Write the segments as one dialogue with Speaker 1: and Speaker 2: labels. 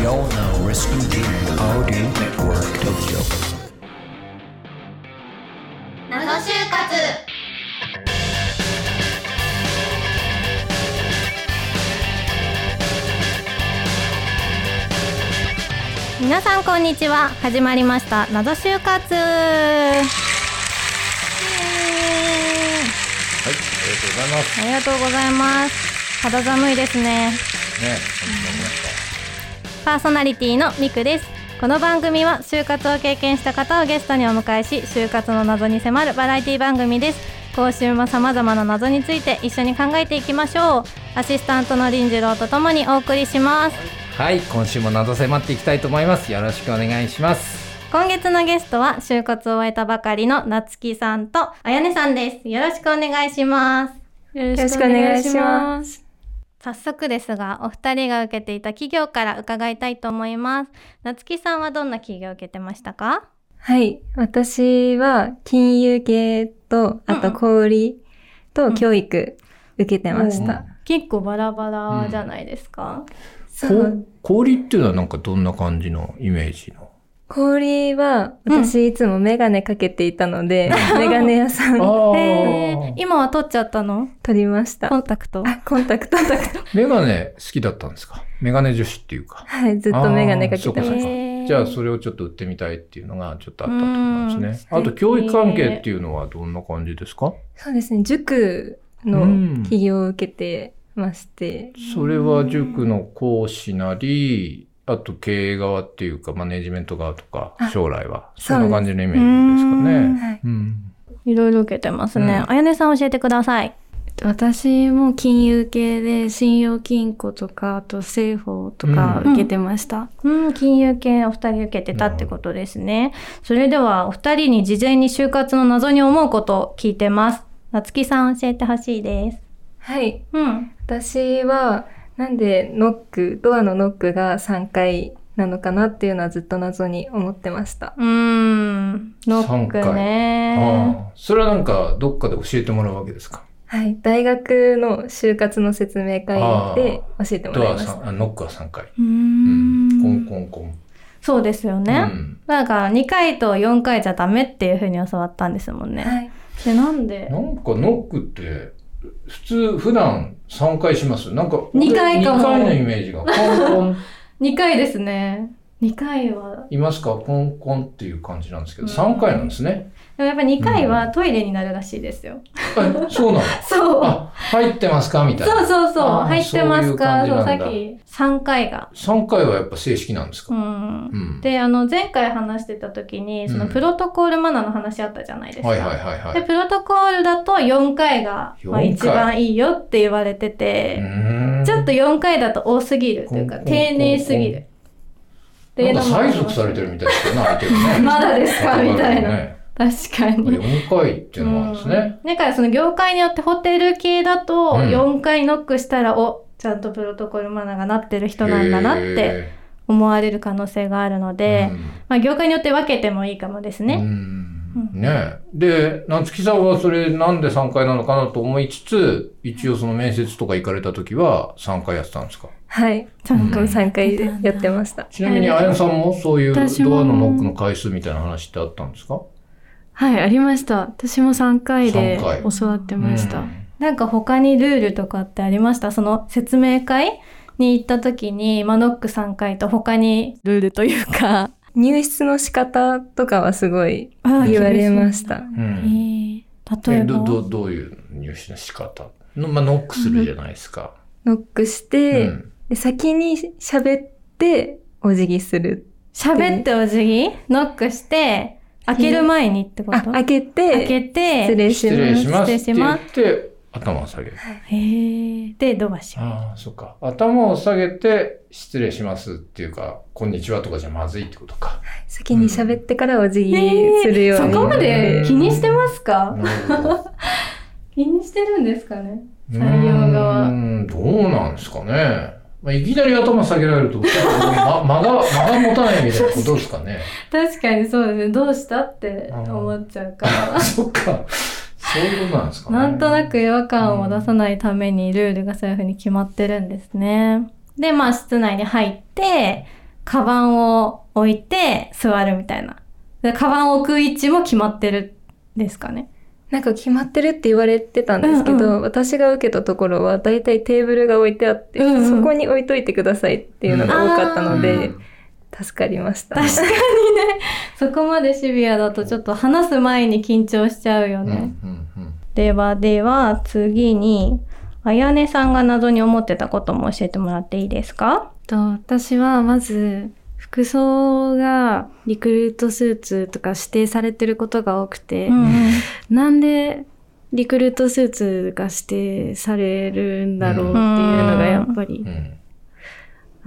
Speaker 1: You're now listening to Audio Network Tokyo.
Speaker 2: 謎就活
Speaker 3: 皆さんこんにちは始まりました謎就活イエーイ
Speaker 4: はい、ありがとうございます。
Speaker 3: ありがとうございます肌寒いですね
Speaker 4: ね、あ
Speaker 3: パーソナリティのみくですこの番組は就活を経験した方をゲストにお迎えし就活の謎に迫るバラエティ番組です今週も様々な謎について一緒に考えていきましょうアシスタントの林次郎とともにお送りします
Speaker 5: はい、今週も謎迫っていきたいと思います。よろしくお願いします。
Speaker 3: 今月のゲストは就活を終えたばかりのなつきさんとあやねさんです。よろしくお願いします。
Speaker 6: よろしくお願いします。
Speaker 3: 早速ですが、お二人が受けていた企業から伺いたいと思います。なつきさんはどんな企業を受けてましたか
Speaker 6: はい。私は金融系と、あと小売りと教育受けてました。
Speaker 3: 結構バラバラじゃないですか。
Speaker 6: そ
Speaker 4: りがとうございます。
Speaker 6: う
Speaker 4: こ氷っていうのはなんかどんな感じのイメージの
Speaker 6: 小売りは、
Speaker 3: うん
Speaker 6: 私いつもメガネかけていたので、メガネ屋さん
Speaker 3: へー
Speaker 4: あ
Speaker 3: 今は取っちゃったの
Speaker 6: 取りました。
Speaker 3: コ
Speaker 6: あ
Speaker 3: ンタクト。、
Speaker 6: コンタクト。
Speaker 4: あ、メガネ好きだったんですかメガネ女子っていうか。
Speaker 6: はい。ずっとメガネかけてま
Speaker 4: あーそうか
Speaker 6: し
Speaker 4: そう
Speaker 6: た。
Speaker 3: へー
Speaker 4: じゃあそれをちょっと売ってみたいっていうのがちょっとあったと思うんですね。
Speaker 3: うん
Speaker 4: あと教育関係っていうのはどんな感じですか
Speaker 6: そうですね。塾
Speaker 4: う
Speaker 6: の
Speaker 4: ん
Speaker 6: 起業を受けてまして、
Speaker 4: それは塾の講師なり、あと経営側っていうかマネジメント側とか
Speaker 6: あ
Speaker 4: 将来は。
Speaker 6: そうです
Speaker 4: そんな感じのイメージですかね。
Speaker 6: はい。
Speaker 4: うん。
Speaker 3: いろいろ受けてますね。
Speaker 4: う
Speaker 3: あやねさん教えてください。
Speaker 7: 私も金融系で信用金庫とかあと政法とか
Speaker 3: うん
Speaker 7: 受けてました、
Speaker 3: うん、金融系お二人受けてたってことですね。それではお二人に事前に就活の謎に思うことを聞いてます。なつきさん教えてほしいです。
Speaker 6: はい。
Speaker 3: うん。
Speaker 6: 私はなんでノックドアのノックが3回なのかなっていうのはずっと謎に思ってました
Speaker 3: うーん。ノックね。
Speaker 4: ああ、それはなんかどっかで教えてもらうわけですか
Speaker 6: はい大学の就活の説明会で教えても
Speaker 4: ド
Speaker 6: らい
Speaker 4: ア
Speaker 6: まし
Speaker 4: さ
Speaker 6: た
Speaker 4: んあノックは3回、
Speaker 3: うー
Speaker 4: うん、コン
Speaker 3: ん。
Speaker 4: コンコン、
Speaker 3: そうですよ
Speaker 4: う
Speaker 3: ね。
Speaker 4: ん、
Speaker 3: だから2回と4回じゃダメっていうふうに教わったんですもんね。
Speaker 6: はい
Speaker 3: で、なんで
Speaker 4: なんかノックって普通普段3回しますなんか
Speaker 3: 二回かも
Speaker 4: 2回のイメージがコンコン
Speaker 3: ?2 回ですね。2回は。
Speaker 4: いますかコンコンっていう感じなんですけど3回なんですね、
Speaker 3: でもやっぱり2回はトイレになるらしいですよ。
Speaker 4: あそうなの
Speaker 3: そう。
Speaker 4: あ入ってますかみたい
Speaker 3: そう
Speaker 4: な
Speaker 3: そうそう。
Speaker 4: あー
Speaker 3: 入ってますか
Speaker 4: そういう感じ
Speaker 3: そう、
Speaker 4: なん
Speaker 3: さ
Speaker 4: だ
Speaker 3: っき3回が。
Speaker 4: 3回はやっぱ正式なんです
Speaker 3: う
Speaker 4: か、
Speaker 3: ん
Speaker 4: うん
Speaker 3: であの前回話してた時にその
Speaker 4: うん
Speaker 3: プロトコールマナーの話あったじゃないですか。
Speaker 4: はいはいはいは
Speaker 3: で
Speaker 4: い
Speaker 3: プロトコールだと4回が、まあ、
Speaker 4: 4回
Speaker 3: 一番いいよって言われて
Speaker 4: う
Speaker 3: て、
Speaker 4: ーん
Speaker 3: ちょっと4回だと多すぎるというか
Speaker 4: こんこん
Speaker 3: 丁寧すぎる。ってい
Speaker 4: な
Speaker 3: うん
Speaker 4: か
Speaker 3: のも
Speaker 4: 催促されてるみたいですよね相手がね
Speaker 3: まだですかみたいな。
Speaker 4: ね、
Speaker 3: 確かに。
Speaker 4: 4回っていうのもあるんですね、
Speaker 3: うんだからその業界によってホテル系だと
Speaker 4: うん
Speaker 3: 4回ノックしたら、おちゃんとプロトコルマナーがなってる人なんだなって
Speaker 4: へ
Speaker 3: 思われる可能性があるの
Speaker 4: ー
Speaker 3: で、
Speaker 4: うん
Speaker 3: まあ、業界によって分けてもいいかもです
Speaker 4: う
Speaker 3: ね。
Speaker 4: んねえ。で、夏木さんはそれなんで3回なのかなと思いつつ、一応その面接とか行かれた時は3回やってたんですか
Speaker 6: はい
Speaker 4: ん
Speaker 6: 3回やってました
Speaker 4: ちなみに、あやさんもそういうド
Speaker 7: 私も
Speaker 4: アのノックの回数みたいな話ってあったんですか
Speaker 7: はいありました私も3回で
Speaker 4: 三回
Speaker 7: 教わってました、
Speaker 4: うん
Speaker 3: なんか他にルールとかってありましたその説明会に行った時に、まあ、ノック3回と他にルールとい うか、
Speaker 6: 入室の仕方とかはすごい
Speaker 3: あー
Speaker 6: 言われました
Speaker 4: うん
Speaker 3: 例え
Speaker 4: え
Speaker 3: ば
Speaker 4: ど、ど、どういう入手の仕方の、まあ、ノックするじゃないですか。
Speaker 6: ノックし
Speaker 4: う
Speaker 6: て、
Speaker 4: ん。
Speaker 6: で先に喋ってお辞儀する
Speaker 3: 喋ってお辞儀ノックして、開ける前にってこ
Speaker 6: あ
Speaker 3: と
Speaker 6: 開け
Speaker 3: 開け
Speaker 6: て失
Speaker 3: て、
Speaker 6: 礼し
Speaker 4: 失礼しますって
Speaker 6: ます
Speaker 3: 失礼し
Speaker 4: 言
Speaker 3: ま
Speaker 4: っ
Speaker 3: す
Speaker 4: て、頭を下げる。
Speaker 3: へーで、ドバシ。
Speaker 4: ああ、そっか。頭を下げて、失礼しますっていうか、こんにちはとかじゃまずいってこと か。
Speaker 6: 先に喋ってからお辞儀するよう
Speaker 3: そ
Speaker 6: に、
Speaker 3: こまで気にしてますか
Speaker 4: なるほど。
Speaker 3: 気にしてるんですかね
Speaker 4: う
Speaker 3: 採用側
Speaker 4: ーんどうなんですかね。まあ、いきなり頭下げられると、ちょっとま、間が、間が持たないみたいなことですか ね。
Speaker 3: 確かにそうですね。どうしたって思っちゃうから。
Speaker 4: そっか。そういうことなんですかね。
Speaker 3: なんとなく違和感を出さないためにルールがそういうふうに決まってるんですね。で、まあ室内に入って、カバンを置いて座るみたいな。でカバンを置く位置も決まってるんですかね。
Speaker 8: なんか決まってるって言われてたんですけど、
Speaker 3: うんう
Speaker 8: 私が受けたところは大体テーブルが置いてあって、
Speaker 3: うんうん
Speaker 8: そこに置いといてくださいっていうのが多かったので、助かりました。
Speaker 3: 確かにね、そこまでシビアだとちょっと話す前に緊張しちゃうよ
Speaker 4: うん
Speaker 3: ね。
Speaker 4: うんうん
Speaker 3: ではでは次に、あやねさんが謎に思ってたことも教えてもらっていいですか
Speaker 6: と私はまず服装がリクルートスーツとか指定されてることが多くて、
Speaker 3: うん
Speaker 6: なんでリクルートスーツが指定されるんだろうっていうのがやっぱり
Speaker 4: う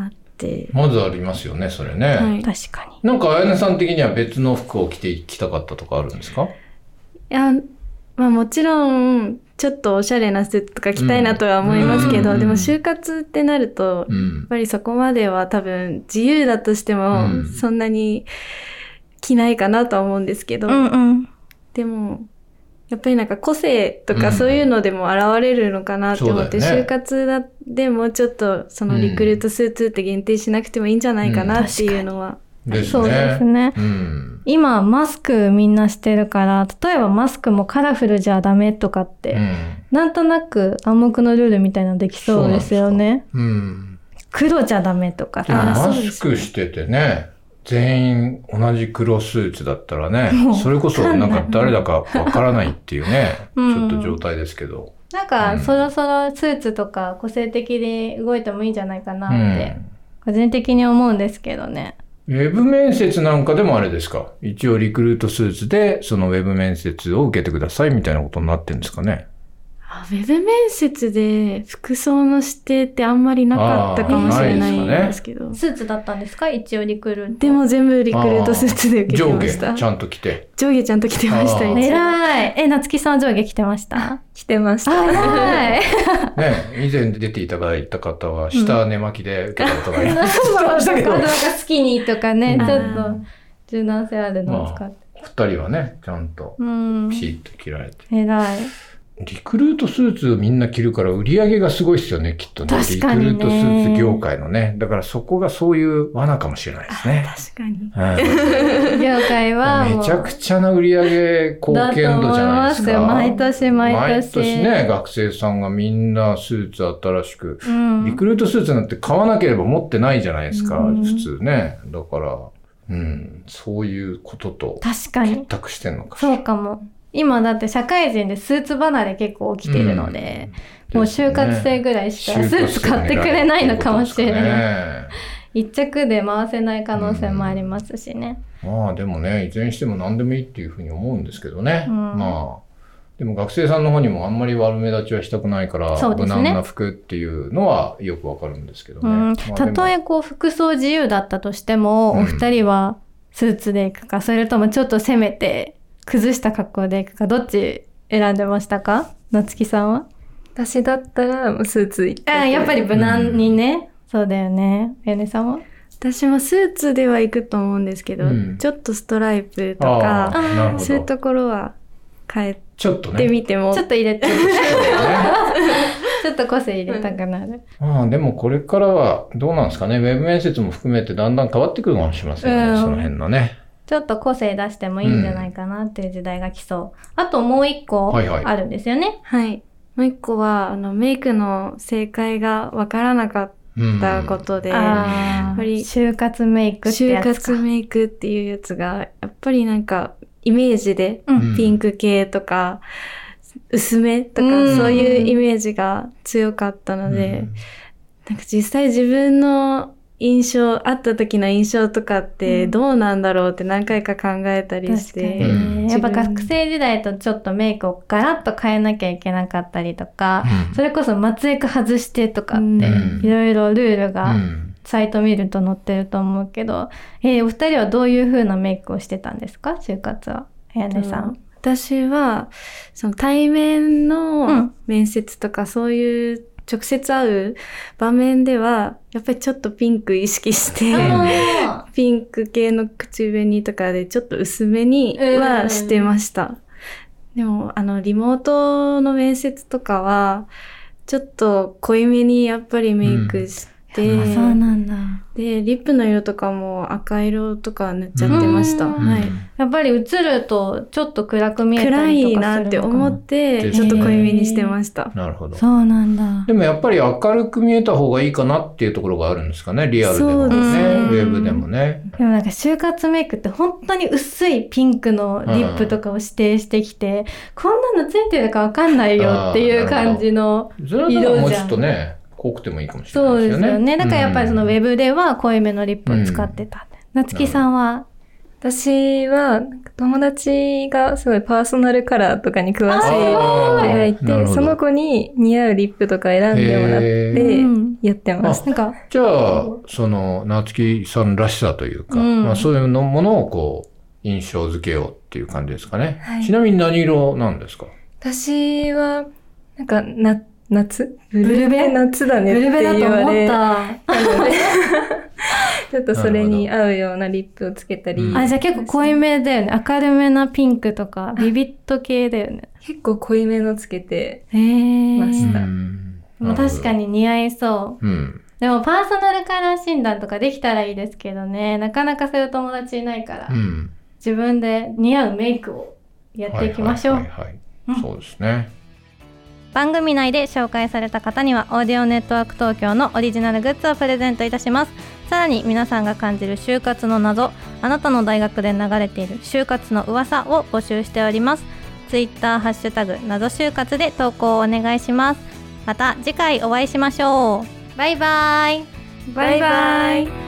Speaker 4: ん
Speaker 6: あって、
Speaker 4: まずありますよね、それね。
Speaker 6: はい、い
Speaker 3: 確かに。
Speaker 4: なんか、あやねさん的には別の服を着ていきたかったとかあるんですか
Speaker 6: やまあもちろんちょっとおしゃれなスーツとか着たいなとは思いますけど、
Speaker 4: うん
Speaker 6: でも就活ってなるとやっ
Speaker 4: うん。
Speaker 6: ぱりそこまでは多分自由だとして
Speaker 4: う
Speaker 6: も
Speaker 4: ん
Speaker 6: そんなに着ないかなとは思うんですけど、
Speaker 3: うんうん。
Speaker 6: でも、やっぱりなんか個性と
Speaker 4: う
Speaker 6: か
Speaker 4: ん
Speaker 6: そういうのでも現れるのかなって思って、
Speaker 4: そうだよね
Speaker 6: 就活だでもうちょっとそのリクルートスーツって限定しなくてもいいんじゃないかなっていうのは。
Speaker 4: です
Speaker 3: そうです
Speaker 4: ね。
Speaker 3: ね。
Speaker 4: うん。
Speaker 3: 今、マスクみんなしてるから、例えばマスクもカラフルじゃダメとかって、
Speaker 4: うん。
Speaker 3: なんとなく暗黙のルールみたいなのできそうですよね。
Speaker 4: うん。
Speaker 3: 黒じゃダメとか
Speaker 4: でも
Speaker 3: さ。
Speaker 6: あ
Speaker 4: マ
Speaker 6: そうで
Speaker 4: ス
Speaker 6: す
Speaker 4: クしててね、全員同じ黒スーツだったらね
Speaker 3: もう、
Speaker 4: それこそなんか誰だかわからないっていうね、 ち
Speaker 3: うん
Speaker 4: ょっと状態ですけど。
Speaker 3: なん
Speaker 4: うん
Speaker 3: か、そろそろスーツとか個性的で動いてもいいんじゃないかな
Speaker 4: う
Speaker 3: って、
Speaker 4: ん。
Speaker 3: 個人的に思うんですけどね。
Speaker 4: ウェブ面接なんかでもあれですか一応リクルートスーツで、そのウェブ面接を受けてくださいみたいなことになってるんですかね
Speaker 6: あウェブ面接で服装の指定ってあんまりなかったかもしれないんですけど。
Speaker 3: スーツだったんですか一応リクルート。
Speaker 6: でも全部リクルートスーツで受けて
Speaker 4: 上
Speaker 6: ま
Speaker 4: 下
Speaker 6: した。
Speaker 4: ちゃんと着て。
Speaker 6: 上下ちゃんと着てました
Speaker 4: あー
Speaker 6: 一応
Speaker 3: 偉い。え、夏木さんは上下着てました
Speaker 8: 着てまし た。
Speaker 3: 偉い。
Speaker 4: ね、以前出ていただいた方は、下寝巻きで受けたことがあります。
Speaker 3: あとなんかスキニーとかね、
Speaker 4: うん
Speaker 3: ち ょっと柔軟性あるのを使って。
Speaker 4: 二人はね、ちゃんと
Speaker 3: うん
Speaker 4: ピ。シッと着られて。
Speaker 3: 偉い。
Speaker 4: リクルートスーツみんな着るから売り上げがすごいですよね、きっとね。
Speaker 3: 確かにね
Speaker 4: リクルートスーツ業界のね。だからそこがそういう罠かもしれないですね。
Speaker 6: 確かに。
Speaker 4: うん
Speaker 3: 業界はもう。
Speaker 4: めちゃくちゃな売り上げ貢献度じゃないです
Speaker 3: だと
Speaker 4: か。
Speaker 3: 思いますよ毎年毎年
Speaker 4: 毎ね、学生さんがみんなスーツ新しく。
Speaker 3: うん
Speaker 4: リクルートスーツなんて買わなければ持ってないじゃないですか、
Speaker 3: うん
Speaker 4: 普通ね。だから、うん、そういうことと
Speaker 3: 確かに。
Speaker 4: 託してんのかしら。
Speaker 3: そうかも。今だって社会人でスーツ離れ結構起きてるので、
Speaker 4: うん
Speaker 3: もう就活生ぐらいしかスーツ買ってくれないのかもしれない。
Speaker 4: ない。
Speaker 3: 一着で回せない可能性もありますしね。
Speaker 4: まあでもね、いずれにしても何でもいいっていうふうに思うんですけどね。
Speaker 3: うん
Speaker 4: まあ、でも学生さんの方にもあんまり悪目立ちはしたくないから、
Speaker 3: そうで
Speaker 4: 無
Speaker 3: すね
Speaker 4: 難な服っていうのはよくわかるんですけどね。
Speaker 3: うん、
Speaker 4: まあ
Speaker 3: たとえこう服装自由だったとしても、
Speaker 4: うん
Speaker 3: お二人はスーツで行くか、それともちょっと攻めて崩した格好で行くか、どっち選んでましたか夏木さんは。
Speaker 8: 私だったらもうスーツ行って
Speaker 3: あ
Speaker 8: て
Speaker 3: やっぱり無難にね。そうだよね。やねさんは
Speaker 6: 私もスーツでは行くと思うんですけど、
Speaker 4: うん
Speaker 6: ちょっとストライプと
Speaker 4: でもあ
Speaker 6: か、
Speaker 4: ーなるほ
Speaker 6: そういう
Speaker 4: ど。
Speaker 6: ところは変え
Speaker 4: ちょっと
Speaker 6: て
Speaker 4: ね。
Speaker 6: みても、
Speaker 3: ちょっと入れ て、
Speaker 4: ね
Speaker 3: ちょっと個性入れたくなる。
Speaker 4: まあでもこれからはどうなんですかね。ウェブ面接も含めてだんだん変わってくるかもしれませんよね。
Speaker 3: うん
Speaker 4: その辺のね。
Speaker 3: ちょっと個性出してもいいんじゃないかなっていう時代が来そう。あともう一個
Speaker 4: はいはい
Speaker 3: あるんですよね。
Speaker 6: はい。もう一個は、あの、メイクの正解がわからなかっ
Speaker 4: うん
Speaker 6: たことで、
Speaker 3: あ
Speaker 6: やっ
Speaker 3: あ
Speaker 6: ぱり
Speaker 3: 就活メイクって
Speaker 6: 就
Speaker 3: やつか。
Speaker 6: 活メイクっていうやつが、やっぱりなんか、イメージで、
Speaker 4: うん
Speaker 6: ピンク系とか、薄めとか、
Speaker 3: うん
Speaker 6: そういうイメージが強かったので、なんか実際自分の印象、会った時の印象とかって
Speaker 3: うん
Speaker 6: どうなんだろうって何回か考えたり
Speaker 3: 確
Speaker 6: し
Speaker 3: か
Speaker 6: て、
Speaker 3: に
Speaker 4: うん
Speaker 3: ね。やっぱ学生時代とちょっとメイクをガラッと変えなきゃいけなかったりとか、それこそ松江区外してとかって
Speaker 4: うん
Speaker 3: いろいろルール
Speaker 4: うんう
Speaker 3: が
Speaker 4: ん
Speaker 3: サイト見ると載ってると思うけど、えーお二人はどういう風なメイクをしてたんですか就活は。あやねさん。
Speaker 6: 私は、その対面
Speaker 3: う
Speaker 6: の
Speaker 3: ん
Speaker 6: 面接とかそういう直接会う場面では、やっぱりちょっとピンク意識して、
Speaker 3: あー
Speaker 6: ピンク系の口紅とかでちょっと薄めにはしてました。でも、あの、リモートの面接とかは、ちょっと濃いめにやっぱりメイクして、て、
Speaker 3: あそうなんだ。
Speaker 6: で、リップの色とかも赤色とか塗っちゃってました。
Speaker 3: うん
Speaker 6: はい。
Speaker 3: やっぱり映るとちょっと暗く見えた
Speaker 6: 暗
Speaker 3: りとかする
Speaker 6: い
Speaker 3: のか
Speaker 6: なって思っ
Speaker 4: う
Speaker 6: て、
Speaker 4: ん
Speaker 6: ちょっと濃いめにしてました。
Speaker 4: なるほど。
Speaker 3: そうなんだ。
Speaker 4: でもやっぱり明るく見えた方がいいかなっていうところがあるんですかね。リアルでもね。
Speaker 6: そう
Speaker 4: ウ
Speaker 6: ですね
Speaker 4: ェブでもね。
Speaker 3: でもなんか就活メイクって本当に薄いピンクのリップとかを指定してきて、こんなのついてるかわかんないよっていう感じの、
Speaker 4: それならもうちょっとね、濃くてもいいかもしれな
Speaker 3: そ
Speaker 4: いうで
Speaker 3: です
Speaker 4: よ
Speaker 3: す
Speaker 4: ね。
Speaker 3: よね。だからやっぱりそのウ
Speaker 4: ブ。
Speaker 3: ェブでは濃いめのリップを使ってた。なつきさんは、
Speaker 8: 私は、なんか友達がすごいパーソナルカラーとかに詳しい
Speaker 4: あ
Speaker 8: 子
Speaker 4: ー
Speaker 8: がいて
Speaker 4: なるほ、ど
Speaker 8: その子に似合うリップとか選んでもらっ
Speaker 4: へ
Speaker 3: う
Speaker 8: て、
Speaker 3: ん
Speaker 8: やってます。
Speaker 3: なんか、
Speaker 4: じゃあ、その、夏木さんらしさというか、
Speaker 3: うん
Speaker 4: まあそういうのものをこう、印象付けようっていう感じですかね。
Speaker 8: はい
Speaker 4: ちなみに何色なんですか
Speaker 8: 私は、なんか、な、夏ブ
Speaker 3: ルベ
Speaker 8: 夏だ
Speaker 3: ブ
Speaker 8: ねっ
Speaker 3: ル
Speaker 8: て
Speaker 3: ベだと
Speaker 8: 言わ
Speaker 3: 思っ
Speaker 8: れた
Speaker 3: た。
Speaker 8: ので、 ちょっとそれに合うようなリップをつけたり
Speaker 4: う、ん
Speaker 3: あ、じゃあ結構濃いめだよね。明るめなピンクとか、ビビット系だよね。
Speaker 8: 結構濃いめのつけて、
Speaker 3: へえ。
Speaker 8: ました
Speaker 4: ん
Speaker 3: まあ確か。に似合いそう。
Speaker 4: なるほどうん。
Speaker 3: でもパーソナルカラー診断とかできたらいいですけどねなかなかそういう友達いないから、
Speaker 4: うん。
Speaker 3: 自分で似合うメイクをやっていきましょう、
Speaker 4: はいはいはい
Speaker 3: うん
Speaker 4: はい。そうですね。
Speaker 3: 番組内で紹介された方にはオーディオネットワーク東京のオリジナルグッズをプレゼントいたしますさらに皆さんが感じる就活の謎あなたの大学で流れている就活の噂を募集しておりますツイッターハッシュタグ謎就活で投稿をお願いしますまた次回お会いしましょうバイバイ
Speaker 6: バイバイ